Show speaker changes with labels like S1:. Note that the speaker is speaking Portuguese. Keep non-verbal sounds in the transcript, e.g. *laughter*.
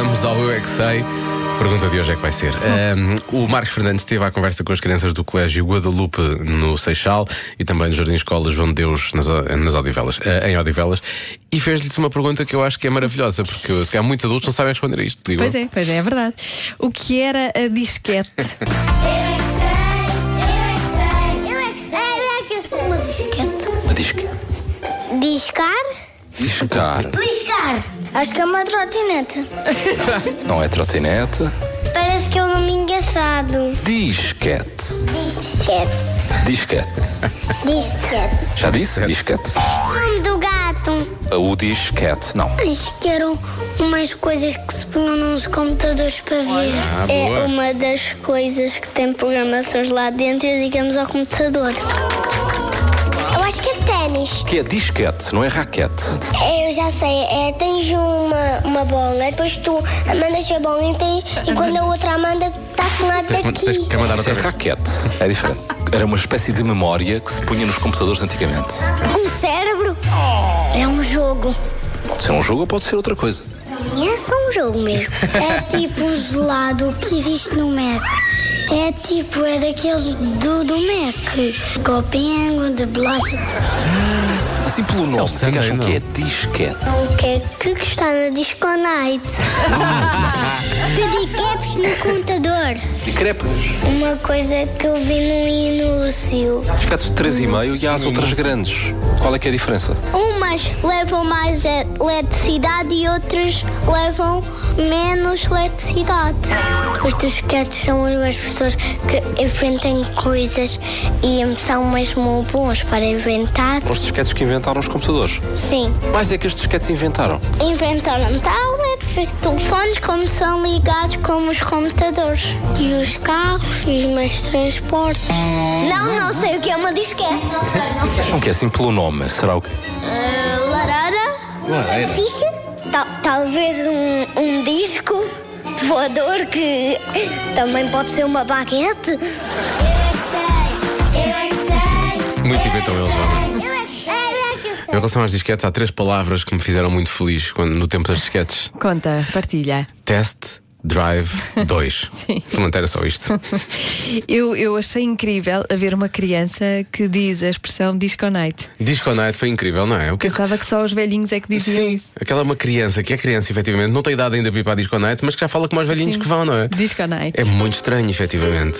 S1: bem-vindos ao Eu é que Sei. A Pergunta de hoje é que vai ser. Um, o Marcos Fernandes esteve à conversa com as crianças do Colégio Guadalupe no Seixal e também no Jardim Escola João de Deus nas, O- nas Odivelas, eh, em Odivelas e fez-lhes uma pergunta que eu acho que é maravilhosa, porque se calhar muitos adultos não sabem responder a isto. Digo.
S2: Pois é, pois é, é verdade. O que era a disquete?
S3: Uma disquete.
S4: Uma disque.
S3: Discar?
S4: Discar.
S3: Discar! Acho que é uma trotinete.
S4: Não é trotinete.
S3: Parece que é um nome engraçado.
S4: Disquete.
S3: Disquete.
S4: Disquete.
S3: Disquete.
S4: Já disse? Disquete. Ah,
S3: O nome do gato.
S4: O disquete. Não.
S3: Acho que eram umas coisas que se punham nos computadores para ver.
S1: Ah, boa.
S3: é uma das coisas que tem programações lá dentro e ligamos ao computador. Eu acho que é ténis.
S4: Que é disquete, não é raquete.
S3: Eu já sei, é, tens uma, uma bola, depois tu mandas a bola e, tem, e quando a outra manda, tu tá com lado
S1: Tens que- tens
S3: daqui.
S1: que mandar
S4: Isso é
S1: outra vez.
S4: raquete. É diferente. Era uma espécie de memória que se punha nos computadores antigamente.
S3: Um cérebro
S1: Oh.
S3: é um jogo.
S4: Pode ser um jogo ou pode ser outra coisa.
S3: É só um jogo mesmo.
S1: *laughs*
S3: É tipo um gelado que existe no Mac. É tipo, é daqueles do, do Mac. Copengo, de bolacha.
S4: Assim pelo nome, o que é
S1: Sunday,
S4: que acham
S1: não.
S4: que é disquete?
S3: O que é que está na Disco Night?
S1: *laughs*
S3: Pedi caps no computador.
S4: E crepas.
S3: Uma coisa que eu vi no inúcio.
S4: Disquetes de 3,5 e há as outras grandes. Qual é que é a diferença?
S3: Umas levam mais e- eletricidade e outras levam menos eletricidade. Os disquetes são as pessoas que inventam coisas e são mesmo bons para inventar.
S4: Os disquetes que inventaram os computadores.
S3: Sim.
S4: Mais é que estes disquetes inventaram.
S3: Inventaram tablets, Tá, telefones, como são ligados como os computadores. E os carros e os meios de transporte. Não, não sei o que é uma disquete.
S4: Acham que é assim pelo nome? Será o quê?
S3: Larara?
S4: Lareira.
S3: Ficha? talvez um, um disco voador que também pode ser uma baguete. Eu é que sei, eu é que sei.
S1: Muito inventam eles, homem.
S3: Eu é que sei, eu é que sei.
S1: Em relação às disquetes, há três palavras que me fizeram muito feliz quando, no tempo das disquetes:
S2: *laughs* Conta, partilha.
S1: test, drive,
S2: *laughs*
S1: dois.
S2: Sim.
S1: Portanto, era só isto.
S2: Eu, eu achei incrível haver uma criança que diz a expressão disco night.
S1: Disco Night foi incrível, não é? O que é que
S2: Pensava que só os velhinhos é que diziam isso.
S1: Aquela é uma criança que é criança, efetivamente, não tem idade ainda para ir para a Disco Night, mas que já fala como os velhinhos que vão, não é?
S2: Disco night.
S1: É muito estranho, efetivamente.